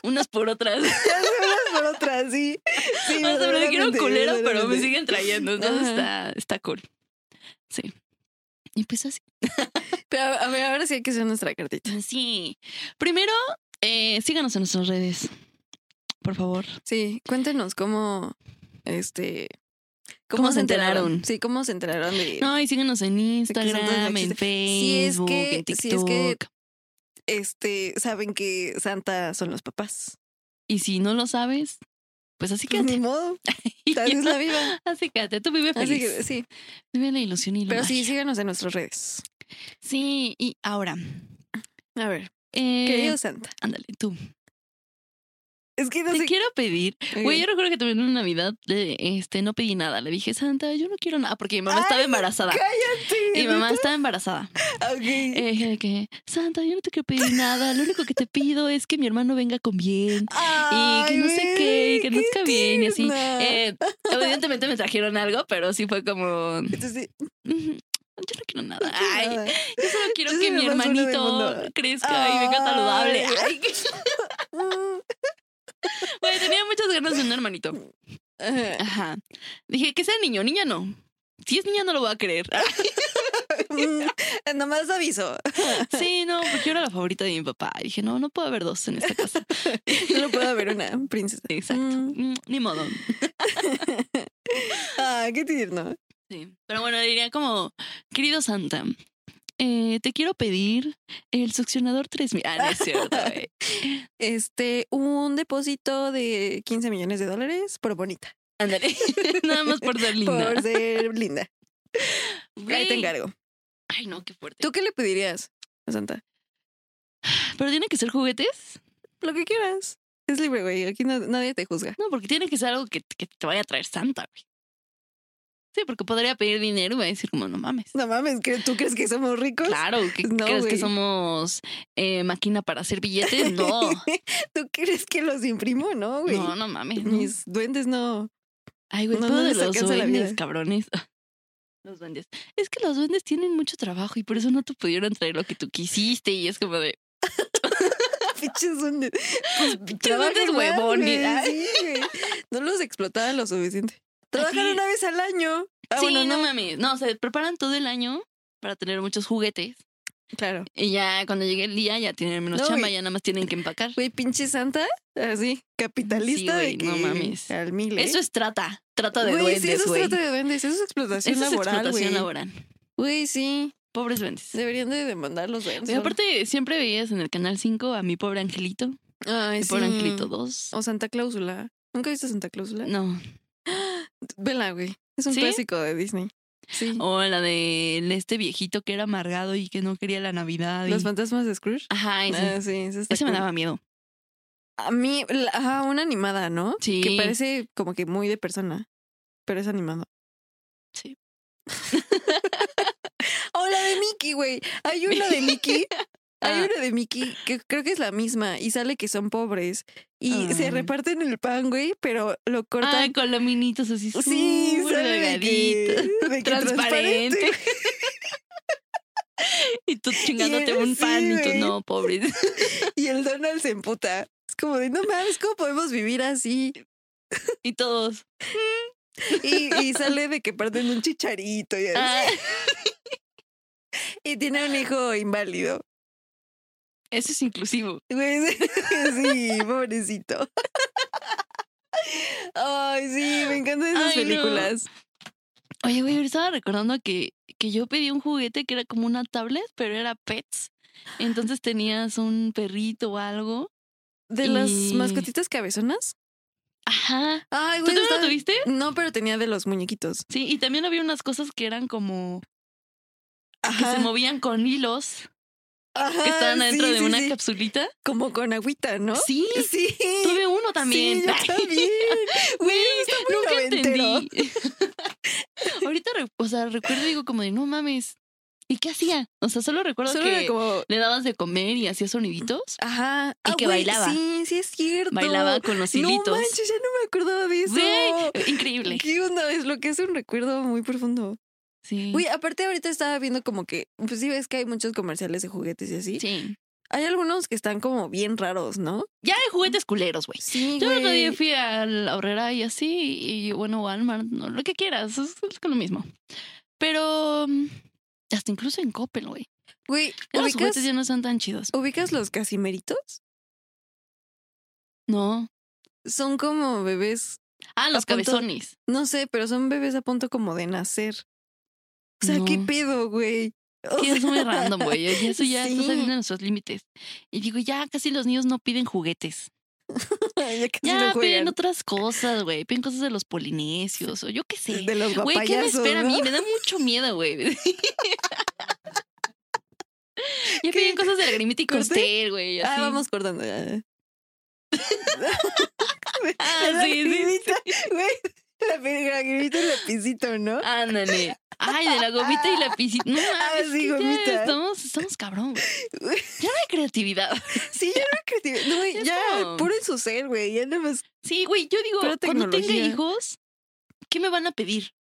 [SPEAKER 2] Unas por otras.
[SPEAKER 3] Ya se unas por otras, sí. Sí,
[SPEAKER 2] O sea, me lo dijeron
[SPEAKER 3] verdaderamente,
[SPEAKER 2] culero, pero me
[SPEAKER 3] verdaderamente.
[SPEAKER 2] siguen trayendo. Entonces
[SPEAKER 3] Ajá.
[SPEAKER 2] está, está cool. Sí. Y pues así.
[SPEAKER 3] Pero a ver, ahora sí hay que hacer nuestra cartita.
[SPEAKER 2] Sí. Primero, eh, síganos en nuestras redes. Por favor.
[SPEAKER 3] Sí, cuéntenos cómo, este...
[SPEAKER 2] ¿Cómo se enteraron?
[SPEAKER 3] Sí, cómo se enteraron de...
[SPEAKER 2] No, y síganos en Instagram, en
[SPEAKER 3] existe.
[SPEAKER 2] Facebook,
[SPEAKER 3] Si es que-
[SPEAKER 2] en TikTok.
[SPEAKER 3] si es que- Este, saben que Santa son los papás.
[SPEAKER 2] Y si no lo sabes, pues así
[SPEAKER 3] Ni
[SPEAKER 2] quédate.
[SPEAKER 3] modo, así es la vida.
[SPEAKER 2] así quédate. Tú vive feliz.
[SPEAKER 3] Así que sí,
[SPEAKER 2] Vive la ilusión y la
[SPEAKER 3] pero sí,
[SPEAKER 2] magia.
[SPEAKER 3] síganos en nuestras redes.
[SPEAKER 2] Sí, y ahora.
[SPEAKER 3] A ver,
[SPEAKER 2] eh,
[SPEAKER 3] querido Santa.
[SPEAKER 2] Ándale, tú.
[SPEAKER 3] Es que no
[SPEAKER 2] Te
[SPEAKER 3] sé...
[SPEAKER 2] quiero pedir.
[SPEAKER 3] Ok.
[SPEAKER 2] Güey, yo recuerdo que también en Navidad eh, este, no pedí nada. Le dije, Santa, yo no quiero nada. Porque mi mamá
[SPEAKER 3] Ay,
[SPEAKER 2] estaba embarazada.
[SPEAKER 3] ¡Cállate!
[SPEAKER 2] Mi mamá estaba embarazada.
[SPEAKER 3] Ok.
[SPEAKER 2] Eh, dije de que, Santa, yo no te quiero pedir nada. Lo único que te pido es que mi hermano venga con bien.
[SPEAKER 3] Ay,
[SPEAKER 2] que no sé qué, que
[SPEAKER 3] bebé,
[SPEAKER 2] nazca bien y así.
[SPEAKER 3] tierna.
[SPEAKER 2] Eh, evidentemente me trajeron algo, pero sí fue como. "Mm,
[SPEAKER 3] Entonces,
[SPEAKER 2] Yo no quiero nada. Ay,
[SPEAKER 3] nada.
[SPEAKER 2] yo solo quiero
[SPEAKER 3] Yo soy
[SPEAKER 2] que
[SPEAKER 3] la
[SPEAKER 2] mi
[SPEAKER 3] más buena del
[SPEAKER 2] hermanito
[SPEAKER 3] mundo.
[SPEAKER 2] crezca y venga saludable.
[SPEAKER 3] Ay.
[SPEAKER 2] Ay, que-
[SPEAKER 3] Mm.
[SPEAKER 2] güey, tenía muchas ganas de un hermanito.
[SPEAKER 3] Ajá.
[SPEAKER 2] Ajá. Dije, que sea niño, niña no. Si es niña, no lo voy a creer. Ah,
[SPEAKER 3] Mm, Nomás aviso.
[SPEAKER 2] Sí, no, porque yo era la favorita de mi papá. Y dije, no, no puede haber dos en esta casa.
[SPEAKER 3] Solo puedo haber una princesa.
[SPEAKER 2] Exacto.
[SPEAKER 3] Mm.
[SPEAKER 2] Mm, Ni modo.
[SPEAKER 3] Ah, qué tierno.
[SPEAKER 2] Sí, pero bueno, le diría como, querido Santa, eh, te quiero pedir el succionador 3000. Ah, no es cierto, güey.
[SPEAKER 3] Este, un depósito de 15 millones de dólares por bonita.
[SPEAKER 2] Ándale, nada más por ser linda.
[SPEAKER 3] Por ser linda. Ahí te
[SPEAKER 2] Güey.
[SPEAKER 3] encargo.
[SPEAKER 2] Ay, no, qué fuerte.
[SPEAKER 3] ¿Tú qué le pedirías a Santa?
[SPEAKER 2] ¿Pero tienen que ser juguetes?
[SPEAKER 3] Lo que quieras. Es libre, güey. Aquí no- nadie te juzga.
[SPEAKER 2] No, porque tiene que ser algo que, que te vaya a traer Santa, güey. Sí, porque podría pedir dinero y me va a decir como, no mames.
[SPEAKER 3] No mames, ¿cre- ¿tú crees que somos ricos?
[SPEAKER 2] Claro, que
[SPEAKER 3] No,
[SPEAKER 2] crees que
[SPEAKER 3] güey.
[SPEAKER 2] somos eh, máquina para hacer billetes. No,
[SPEAKER 3] ¿Tú crees que los imprimo? No, güey.
[SPEAKER 2] no, no mames. no.
[SPEAKER 3] Mis duendes no.
[SPEAKER 2] Ay, güey,
[SPEAKER 3] No,
[SPEAKER 2] todo
[SPEAKER 3] no
[SPEAKER 2] de
[SPEAKER 3] les
[SPEAKER 2] los
[SPEAKER 3] alcanza la
[SPEAKER 2] duendes,
[SPEAKER 3] vida.
[SPEAKER 2] cabrones. Los duendes. Es que los duendes tienen mucho trabajo y por eso no te pudieron traer lo que tú quisiste. Y es como de,
[SPEAKER 3] Pinches duendes. Pues,
[SPEAKER 2] duendes
[SPEAKER 3] trabajen más,
[SPEAKER 2] huevones,
[SPEAKER 3] güey,
[SPEAKER 2] ¿ah?
[SPEAKER 3] sí, güey. No los explotaban lo suficiente. Trabajan
[SPEAKER 2] Así.
[SPEAKER 3] una vez al año. Ah,
[SPEAKER 2] sí,
[SPEAKER 3] bueno,
[SPEAKER 2] no,
[SPEAKER 3] no.
[SPEAKER 2] mames. No, se preparan todo el año para tener muchos juguetes.
[SPEAKER 3] Claro.
[SPEAKER 2] Y ya cuando llegue el día ya tienen menos
[SPEAKER 3] No,
[SPEAKER 2] chamba,
[SPEAKER 3] güey.
[SPEAKER 2] ya nada más tienen que empacar.
[SPEAKER 3] Güey, pinche santa. Así, capitalista
[SPEAKER 2] Sí, güey,
[SPEAKER 3] de que
[SPEAKER 2] no mames.
[SPEAKER 3] Al mil,
[SPEAKER 2] Eso es trata, trata de
[SPEAKER 3] Güey, sí,
[SPEAKER 2] duendes,
[SPEAKER 3] eso
[SPEAKER 2] güey.
[SPEAKER 3] es trata de duendes. Eso es explotación
[SPEAKER 2] Eso es
[SPEAKER 3] laboral,
[SPEAKER 2] explotación
[SPEAKER 3] güey.
[SPEAKER 2] laboral.
[SPEAKER 3] Güey, sí.
[SPEAKER 2] Pobres duendes.
[SPEAKER 3] Deberían de demandar los duendes.
[SPEAKER 2] Y aparte, siempre veías en el Canal 5 a mi pobre angelito,
[SPEAKER 3] Ay,
[SPEAKER 2] mi
[SPEAKER 3] Pues sí.
[SPEAKER 2] pobre angelito 2.
[SPEAKER 3] O Santa Clausula. ¿Nunca viste Santa Clausula?
[SPEAKER 2] No,
[SPEAKER 3] Vela, güey. Es un
[SPEAKER 2] ¿Sí?
[SPEAKER 3] clásico de Disney. Sí.
[SPEAKER 2] O la de este viejito que era amargado y que no quería la Navidad. y-
[SPEAKER 3] Los fantasmas de Scrooge.
[SPEAKER 2] Ajá, ese.
[SPEAKER 3] Ah, sí, esa está
[SPEAKER 2] Ese me
[SPEAKER 3] cool.
[SPEAKER 2] daba miedo.
[SPEAKER 3] A mí, la- ajá, una animada, ¿no?
[SPEAKER 2] Sí.
[SPEAKER 3] Que parece como que muy de persona, pero es animado.
[SPEAKER 2] Sí.
[SPEAKER 3] o la de Mickey, güey. Hay una de Mickey.
[SPEAKER 2] Ah.
[SPEAKER 3] Hay una de Mickey que creo que es la misma y sale que son pobres y se
[SPEAKER 2] Ah.
[SPEAKER 3] reparten el pan, güey, pero lo
[SPEAKER 2] Ah,
[SPEAKER 3] cortan.
[SPEAKER 2] con laminitos así.
[SPEAKER 3] sí,
[SPEAKER 2] súper
[SPEAKER 3] sale de que, de que
[SPEAKER 2] transparente. y tú
[SPEAKER 3] Y
[SPEAKER 2] chingándote
[SPEAKER 3] él
[SPEAKER 2] un
[SPEAKER 3] así,
[SPEAKER 2] pan y tú,
[SPEAKER 3] güey.
[SPEAKER 2] no, pobre.
[SPEAKER 3] Y el Donald se emputa. Es como de, no mames, ¿cómo podemos vivir así?
[SPEAKER 2] Y todos.
[SPEAKER 3] Y, y sale de que parten un chicharito y, así.
[SPEAKER 2] Ah,
[SPEAKER 3] y tiene un hijo inválido.
[SPEAKER 2] eso es inclusivo.
[SPEAKER 3] Güey, sí, sí, pobrecito. Ay, sí, me encantan esas
[SPEAKER 2] Ay, no.
[SPEAKER 3] películas.
[SPEAKER 2] Oye, güey, ahorita estaba recordando que, que yo pedí un juguete que era como una tablet, pero era pets. Entonces tenías un perrito o algo.
[SPEAKER 3] ¿De las
[SPEAKER 2] Y-
[SPEAKER 3] mascotitas cabezonas?
[SPEAKER 2] Ajá.
[SPEAKER 3] Ay,
[SPEAKER 2] ¿Tú también
[SPEAKER 3] güey.
[SPEAKER 2] lo
[SPEAKER 3] está-
[SPEAKER 2] tuviste?
[SPEAKER 3] No, pero tenía de los muñequitos.
[SPEAKER 2] Sí, y también había unas cosas que eran como que
[SPEAKER 3] Ajá,
[SPEAKER 2] se movían con hilos
[SPEAKER 3] ajá,
[SPEAKER 2] que estaban adentro
[SPEAKER 3] sí,
[SPEAKER 2] de
[SPEAKER 3] sí,
[SPEAKER 2] una
[SPEAKER 3] sí.
[SPEAKER 2] capsulita.
[SPEAKER 3] Como con agüita, ¿no?
[SPEAKER 2] Sí,
[SPEAKER 3] Sí.
[SPEAKER 2] tuve uno también.
[SPEAKER 3] Sí, yo también. Güey, eso está muy
[SPEAKER 2] Nunca
[SPEAKER 3] noventero.
[SPEAKER 2] entendí. Ahorita, re- o sea, recuerdo y digo como de no mames. ¿Y qué hacía? O sea, solo recuerdo
[SPEAKER 3] Solo
[SPEAKER 2] que
[SPEAKER 3] era como...
[SPEAKER 2] le dabas de comer y hacía soniditos.
[SPEAKER 3] Ajá.
[SPEAKER 2] Y
[SPEAKER 3] Ah,
[SPEAKER 2] que
[SPEAKER 3] güey,
[SPEAKER 2] bailaba.
[SPEAKER 3] Sí, sí es cierto.
[SPEAKER 2] Bailaba con los
[SPEAKER 3] No
[SPEAKER 2] hilitos.
[SPEAKER 3] manches, ya no me acordaba de eso.
[SPEAKER 2] Güey, increíble.
[SPEAKER 3] ¿Qué onda? Es lo que es un recuerdo muy profundo.
[SPEAKER 2] Sí.
[SPEAKER 3] Uy, aparte ahorita estaba viendo como que, pues sí ves que hay muchos comerciales de juguetes y así.
[SPEAKER 2] Sí.
[SPEAKER 3] Hay algunos que están como bien raros, ¿no?
[SPEAKER 2] Ya hay juguetes culeros, güey.
[SPEAKER 3] Sí,
[SPEAKER 2] Yo el otro día
[SPEAKER 3] güey.
[SPEAKER 2] fui a la horrera y así, y bueno, Walmart, no, lo que quieras, es, es lo mismo. Pero mm, hasta incluso en Coppel, güey.
[SPEAKER 3] Güey,
[SPEAKER 2] Ya Los
[SPEAKER 3] ¿ubicas,
[SPEAKER 2] juguetes ya no son tan chidos.
[SPEAKER 3] ubicas los casimeritos?
[SPEAKER 2] No.
[SPEAKER 3] Son como bebés,
[SPEAKER 2] Ah, los
[SPEAKER 3] A punto-
[SPEAKER 2] cabezones.
[SPEAKER 3] no sé, pero son bebés a punto como de nacer. O sea, ¿qué
[SPEAKER 2] No.
[SPEAKER 3] pedo, güey? O
[SPEAKER 2] Sí, es muy
[SPEAKER 3] sea,
[SPEAKER 2] random, güey. Y Eso ya
[SPEAKER 3] Sí.
[SPEAKER 2] está saliendo de nuestros límites. Y digo, ya casi los niños no piden juguetes.
[SPEAKER 3] ya casi
[SPEAKER 2] Ya
[SPEAKER 3] no juegan.
[SPEAKER 2] piden otras cosas, güey. Piden cosas de los polinesios o yo qué sé.
[SPEAKER 3] De
[SPEAKER 2] Güey, ¿qué
[SPEAKER 3] los
[SPEAKER 2] me
[SPEAKER 3] guapayazos,
[SPEAKER 2] espera
[SPEAKER 3] ¿no?
[SPEAKER 2] a mí? Me da mucho miedo, güey. ya
[SPEAKER 3] ¿Qué?
[SPEAKER 2] piden cosas de Lagrimita y
[SPEAKER 3] ¿Corte?
[SPEAKER 2] Costel, güey.
[SPEAKER 3] Ah,
[SPEAKER 2] así.
[SPEAKER 3] vamos cortando. ya. De-
[SPEAKER 2] Ah,
[SPEAKER 3] de la
[SPEAKER 2] sí, sí, Ah,
[SPEAKER 3] grivita, güey. La grivita y el lapicito, ¿no?
[SPEAKER 2] Ándale. Ay, de la gomita y la piscina. No,
[SPEAKER 3] Ah,
[SPEAKER 2] es
[SPEAKER 3] sí,
[SPEAKER 2] que ya
[SPEAKER 3] gomita.
[SPEAKER 2] Estamos, estamos cabrón, güey. Ya no hay creatividad.
[SPEAKER 3] Sí, ya era creativo. No, güey,
[SPEAKER 2] Es
[SPEAKER 3] ya
[SPEAKER 2] como-
[SPEAKER 3] puro en su ser, güey. Ya nada más.
[SPEAKER 2] Sí, güey, yo digo,
[SPEAKER 3] Pura
[SPEAKER 2] cuando tenga
[SPEAKER 3] tecnología.
[SPEAKER 2] hijos, ¿qué me van a pedir?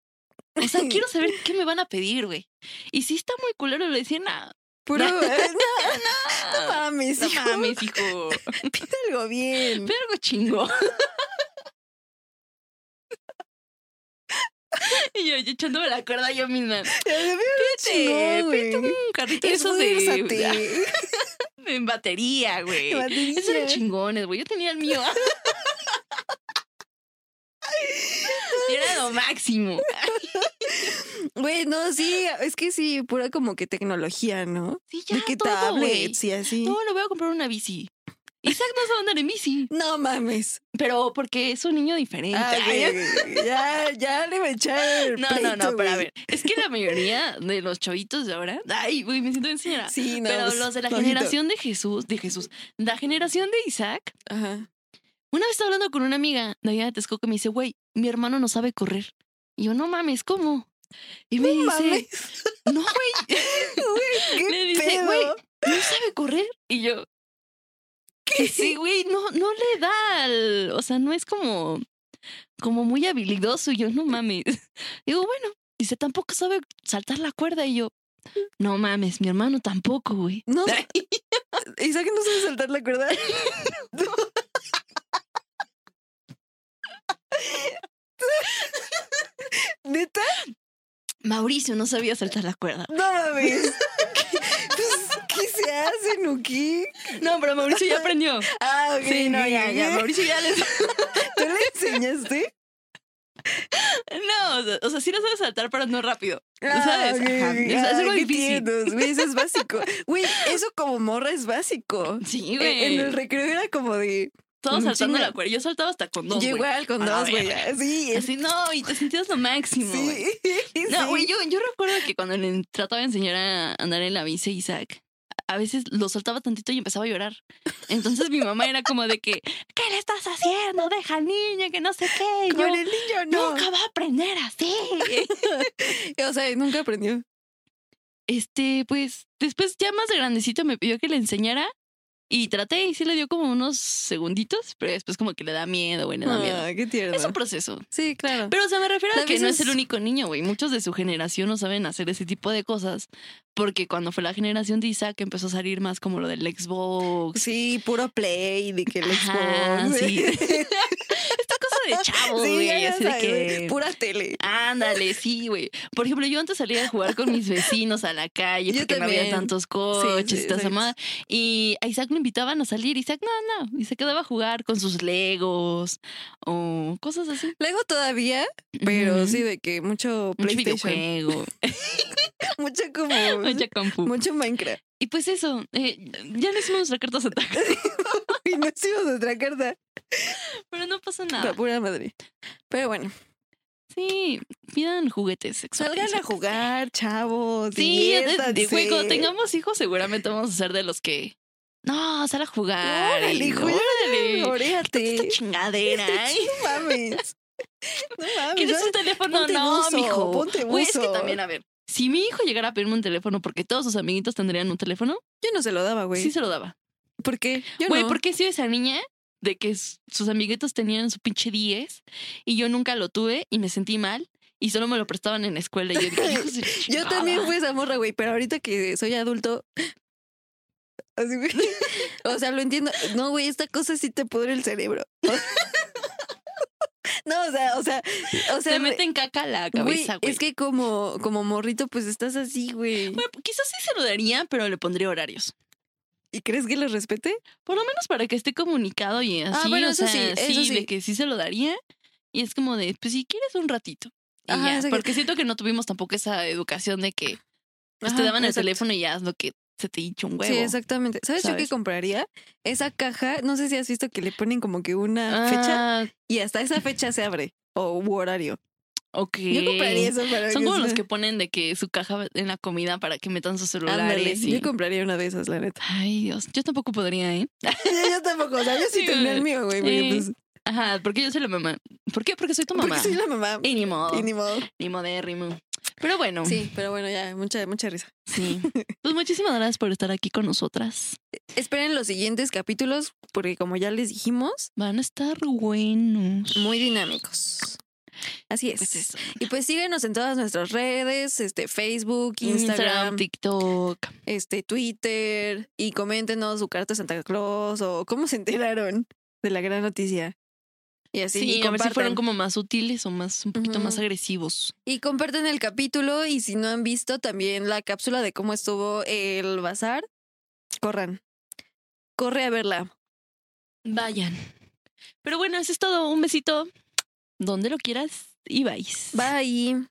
[SPEAKER 2] O sea, quiero saber qué me van a pedir, güey. Y si está muy culero, le decían, ah,
[SPEAKER 3] Puro. no, no
[SPEAKER 2] no,
[SPEAKER 3] mames,
[SPEAKER 2] no
[SPEAKER 3] hijo,
[SPEAKER 2] mames, hijo.
[SPEAKER 3] pide algo bien.
[SPEAKER 2] Ve algo chingo. Y yo, yo echándome la cuerda yo misma.
[SPEAKER 3] Pide algo chingón,
[SPEAKER 2] pídete
[SPEAKER 3] güey.
[SPEAKER 2] Un carrito de
[SPEAKER 3] Es
[SPEAKER 2] esos
[SPEAKER 3] muy
[SPEAKER 2] de,
[SPEAKER 3] versátil.
[SPEAKER 2] en batería, güey. Esos
[SPEAKER 3] Batería.
[SPEAKER 2] eran chingones, güey. Yo tenía el mío. Era lo máximo.
[SPEAKER 3] Güey, no, sí, es que sí, pura como que tecnología, ¿no?
[SPEAKER 2] Sí, ya
[SPEAKER 3] de que
[SPEAKER 2] todo, güey.
[SPEAKER 3] tablets y así.
[SPEAKER 2] No, le voy a comprar una bici. Isaac no sabe andar en bici,
[SPEAKER 3] No mames.
[SPEAKER 2] pero porque es un niño diferente.
[SPEAKER 3] Ah,
[SPEAKER 2] Ay,
[SPEAKER 3] güey, güey, güey, ya, ya le va a echar el
[SPEAKER 2] no, no, no,
[SPEAKER 3] pleito,
[SPEAKER 2] pero a
[SPEAKER 3] güey.
[SPEAKER 2] ver, es que la mayoría de los chavitos de ahora, ay, güey, me siento en señora.
[SPEAKER 3] Sí, no.
[SPEAKER 2] pero
[SPEAKER 3] pues,
[SPEAKER 2] los de la
[SPEAKER 3] ojito.
[SPEAKER 2] generación de Jesús, de Jesús, la generación de Isaac,
[SPEAKER 3] Ajá.
[SPEAKER 2] una vez estaba hablando con una amiga de allá de Texcoco, me dice, güey, mi hermano no sabe correr. Y yo, no mames, ¿cómo? Y me dice,
[SPEAKER 3] Mames,
[SPEAKER 2] no, güey,
[SPEAKER 3] güey, qué
[SPEAKER 2] Le dice,
[SPEAKER 3] pedo.
[SPEAKER 2] güey, no sabe correr. Y yo, ¿qué? Sí, güey, no, no le da al- O sea, no es como, como muy habilidoso. Y yo, no mames. Digo, bueno, dice, tampoco sabe saltar la cuerda. Y yo, no mames, mi hermano tampoco, güey.
[SPEAKER 3] No, Isaac no sabe saltar la cuerda. ¿Neta?
[SPEAKER 2] Mauricio no sabía saltar la cuerda.
[SPEAKER 3] No mames. ¿Qué, pues, ¿qué se hacen o qué?
[SPEAKER 2] No, pero Mauricio ya aprendió.
[SPEAKER 3] Ah, ok.
[SPEAKER 2] Sí, no,
[SPEAKER 3] ok,
[SPEAKER 2] ya, ya.
[SPEAKER 3] ok.
[SPEAKER 2] Mauricio ya le.
[SPEAKER 3] ¿Tú le enseñaste?
[SPEAKER 2] No, o sea, o sea, sí lo sabe saltar, pero no rápido.
[SPEAKER 3] Ah,
[SPEAKER 2] sabes,
[SPEAKER 3] ok,
[SPEAKER 2] ajá,
[SPEAKER 3] ok.
[SPEAKER 2] es- es algo
[SPEAKER 3] Ay, qué
[SPEAKER 2] difícil.
[SPEAKER 3] tiernos, güey, eso es básico. Güey, eso como morra es básico.
[SPEAKER 2] Sí,
[SPEAKER 3] En-
[SPEAKER 2] güey.
[SPEAKER 3] En el recreo era como de,
[SPEAKER 2] Todos
[SPEAKER 3] Un
[SPEAKER 2] saltando
[SPEAKER 3] chingo.
[SPEAKER 2] la cuerda. Yo saltaba hasta con dos,
[SPEAKER 3] Yo
[SPEAKER 2] güey.
[SPEAKER 3] igual con
[SPEAKER 2] A la
[SPEAKER 3] dos, güey. Ah,
[SPEAKER 2] verga.
[SPEAKER 3] Sí,
[SPEAKER 2] Así, no, y te sentías lo máximo, güey.
[SPEAKER 3] sí.
[SPEAKER 2] No,
[SPEAKER 3] sí.
[SPEAKER 2] güey, yo, yo recuerdo que cuando le trataba de enseñar a andar en la bici a Isaac, a veces lo soltaba tantito y empezaba a llorar. Entonces mi mamá era como de que, ¿qué le estás haciendo? Deja al niño, que no sé qué. Y
[SPEAKER 3] Con
[SPEAKER 2] yo,
[SPEAKER 3] el niño, no.
[SPEAKER 2] Nunca va a aprender así.
[SPEAKER 3] O sea, nunca aprendió.
[SPEAKER 2] Este, pues, después ya más de grandecito me pidió que le enseñara y traté y sí le dio como unos segunditos, pero después como que le da miedo, güey, le da miedo.
[SPEAKER 3] Ah, qué tierno.
[SPEAKER 2] Es un proceso.
[SPEAKER 3] Sí, claro.
[SPEAKER 2] Pero, o sea, me refiero
[SPEAKER 3] La
[SPEAKER 2] a que no es
[SPEAKER 3] veces-
[SPEAKER 2] el único niño, güey. Muchos de su generación no saben hacer ese tipo de cosas. Porque cuando fue la generación de Isaac empezó a salir más como lo del Xbox.
[SPEAKER 3] Sí, puro play de que el
[SPEAKER 2] pues, Ajá,
[SPEAKER 3] Xbox.
[SPEAKER 2] sí. Esta cosa de chavo, güey.
[SPEAKER 3] ya, ya
[SPEAKER 2] así de
[SPEAKER 3] sabes,
[SPEAKER 2] que...
[SPEAKER 3] Pura tele.
[SPEAKER 2] Ándale, sí, güey. Por ejemplo, yo antes salía a jugar con mis vecinos a la calle
[SPEAKER 3] Yo
[SPEAKER 2] porque no
[SPEAKER 3] también.
[SPEAKER 2] había tantos coches
[SPEAKER 3] Sí, sí,
[SPEAKER 2] y toda esa
[SPEAKER 3] exacto.
[SPEAKER 2] madre. Y a Isaac lo invitaban a salir. Isaac, no, no. Y se quedaba a jugar con sus legos o cosas así.
[SPEAKER 3] Luego todavía, pero
[SPEAKER 2] Ujú.
[SPEAKER 3] sí, de que mucho
[SPEAKER 2] Mucho
[SPEAKER 3] PlayStation. Pues
[SPEAKER 2] videojuego,
[SPEAKER 3] Mucho como.
[SPEAKER 2] mucha compu.
[SPEAKER 3] mucho Minecraft.
[SPEAKER 2] Y pues eso, eh, ya no hicimos nuestra carta de ataque,
[SPEAKER 3] Y nos hicimos otra carta.
[SPEAKER 2] pero no pasa
[SPEAKER 3] La
[SPEAKER 2] nada.
[SPEAKER 3] pura madre. Pero bueno,
[SPEAKER 2] Sí, pidan juguetes sexuales.
[SPEAKER 3] salgan a jugar, chavos.
[SPEAKER 2] Sí, ya te-
[SPEAKER 3] diviértanse.
[SPEAKER 2] güey, cuando tengamos hijos seguramente vamos a ser de los que... No, sal a jugar.
[SPEAKER 3] Órale,
[SPEAKER 2] y-
[SPEAKER 3] hijo,
[SPEAKER 2] órale. Esta
[SPEAKER 3] Oréate.
[SPEAKER 2] chingadera. ¿eh?
[SPEAKER 3] No mames. No mames.
[SPEAKER 2] ¿Quieres
[SPEAKER 3] ¿sabes?
[SPEAKER 2] un teléfono?
[SPEAKER 3] Ponte
[SPEAKER 2] no,
[SPEAKER 3] buzo,
[SPEAKER 2] mijo.
[SPEAKER 3] ponte
[SPEAKER 2] Güey, es que
[SPEAKER 3] buzo.
[SPEAKER 2] también, a ver, si mi hijo llegara a pedirme un teléfono porque todos sus amiguitos tendrían un teléfono,
[SPEAKER 3] Yo no se lo daba, güey.
[SPEAKER 2] sí se lo daba.
[SPEAKER 3] ¿Por qué? Yo
[SPEAKER 2] Güey,
[SPEAKER 3] no.
[SPEAKER 2] ¿por qué soy esa niña de que s- sus amiguitos tenían su pinche 10 y yo nunca lo tuve y me sentí mal y solo me lo prestaban en la escuela? Y yo dije, "Hijos de la
[SPEAKER 3] Yo
[SPEAKER 2] chingada".
[SPEAKER 3] también fui esa morra, güey, pero ahorita que soy adulto. Así, güey. O sea, lo entiendo. No, güey, esta cosa sí te pudre el cerebro. No, o sea, o sea, o sea.
[SPEAKER 2] Te meten caca a la
[SPEAKER 3] güey,
[SPEAKER 2] cabeza, güey.
[SPEAKER 3] es que como, como morrito, pues estás así, güey.
[SPEAKER 2] Güey, pues, quizás sí se lo daría, pero le pondría horarios.
[SPEAKER 3] ¿Y crees que lo respete?
[SPEAKER 2] Por lo menos para que esté comunicado y así.
[SPEAKER 3] Ah, bueno,
[SPEAKER 2] o
[SPEAKER 3] eso
[SPEAKER 2] sea,
[SPEAKER 3] sí, eso sí.
[SPEAKER 2] de que sí se lo daría. Y es como de, pues si quieres un ratito. Y
[SPEAKER 3] Ajá,
[SPEAKER 2] ya,
[SPEAKER 3] o sea que-
[SPEAKER 2] porque siento que no tuvimos tampoco esa educación de que pues,
[SPEAKER 3] Ajá,
[SPEAKER 2] te daban el
[SPEAKER 3] exacto.
[SPEAKER 2] teléfono y ya es lo que se te hincha un huevo.
[SPEAKER 3] Sí, exactamente. ¿Sabes, yo qué
[SPEAKER 2] ¿Sabes?
[SPEAKER 3] compraría? Esa caja, no sé si has visto que le ponen como que una fecha
[SPEAKER 2] Ah,
[SPEAKER 3] y hasta esa fecha se abre o u horario.
[SPEAKER 2] Ok.
[SPEAKER 3] Yo compraría eso para
[SPEAKER 2] Son como los
[SPEAKER 3] sea-
[SPEAKER 2] que ponen de que su caja en la comida para que metan sus
[SPEAKER 3] Ándale,
[SPEAKER 2] celulares. y-
[SPEAKER 3] yo compraría una de esas, la neta.
[SPEAKER 2] Ay, Dios. Yo tampoco podría, ¿eh?
[SPEAKER 3] Yo, yo tampoco, o sea, yo sí
[SPEAKER 2] Sí,
[SPEAKER 3] tendría
[SPEAKER 2] güey.
[SPEAKER 3] el mío, güey. porque,
[SPEAKER 2] Sí,
[SPEAKER 3] pues,
[SPEAKER 2] Ajá, porque yo soy la mamá. ¿Por qué? Porque soy tu mamá.
[SPEAKER 3] Porque soy la mamá.
[SPEAKER 2] Y ni modo.
[SPEAKER 3] Y ni modo.
[SPEAKER 2] Ni modérrimo. Pero bueno, sí.
[SPEAKER 3] Sí, pero bueno, ya, mucha, mucha risa.
[SPEAKER 2] Pues muchísimas gracias por estar aquí con nosotras.
[SPEAKER 3] Esperen los siguientes capítulos, porque como ya les dijimos,
[SPEAKER 2] Van a estar buenos.
[SPEAKER 3] muy dinámicos. Así es.
[SPEAKER 2] Pues eso.
[SPEAKER 3] Y pues síguenos en todas nuestras redes, este Facebook, Instagram,
[SPEAKER 2] Instagram, TikTok.
[SPEAKER 3] este Twitter, y coméntenos su carta a Santa Claus o cómo se enteraron de la gran noticia. Y así
[SPEAKER 2] Sí,
[SPEAKER 3] y
[SPEAKER 2] a ver si fueron
[SPEAKER 3] compartan.
[SPEAKER 2] como más sutiles o más un poquito
[SPEAKER 3] Ujú.
[SPEAKER 2] más agresivos.
[SPEAKER 3] Y comparten el capítulo y si no han visto también la cápsula de cómo estuvo el bazar, corran. Corre a verla.
[SPEAKER 2] Vayan. Pero bueno, eso es todo. Un besito. Donde lo quieras y vais.
[SPEAKER 3] Bye.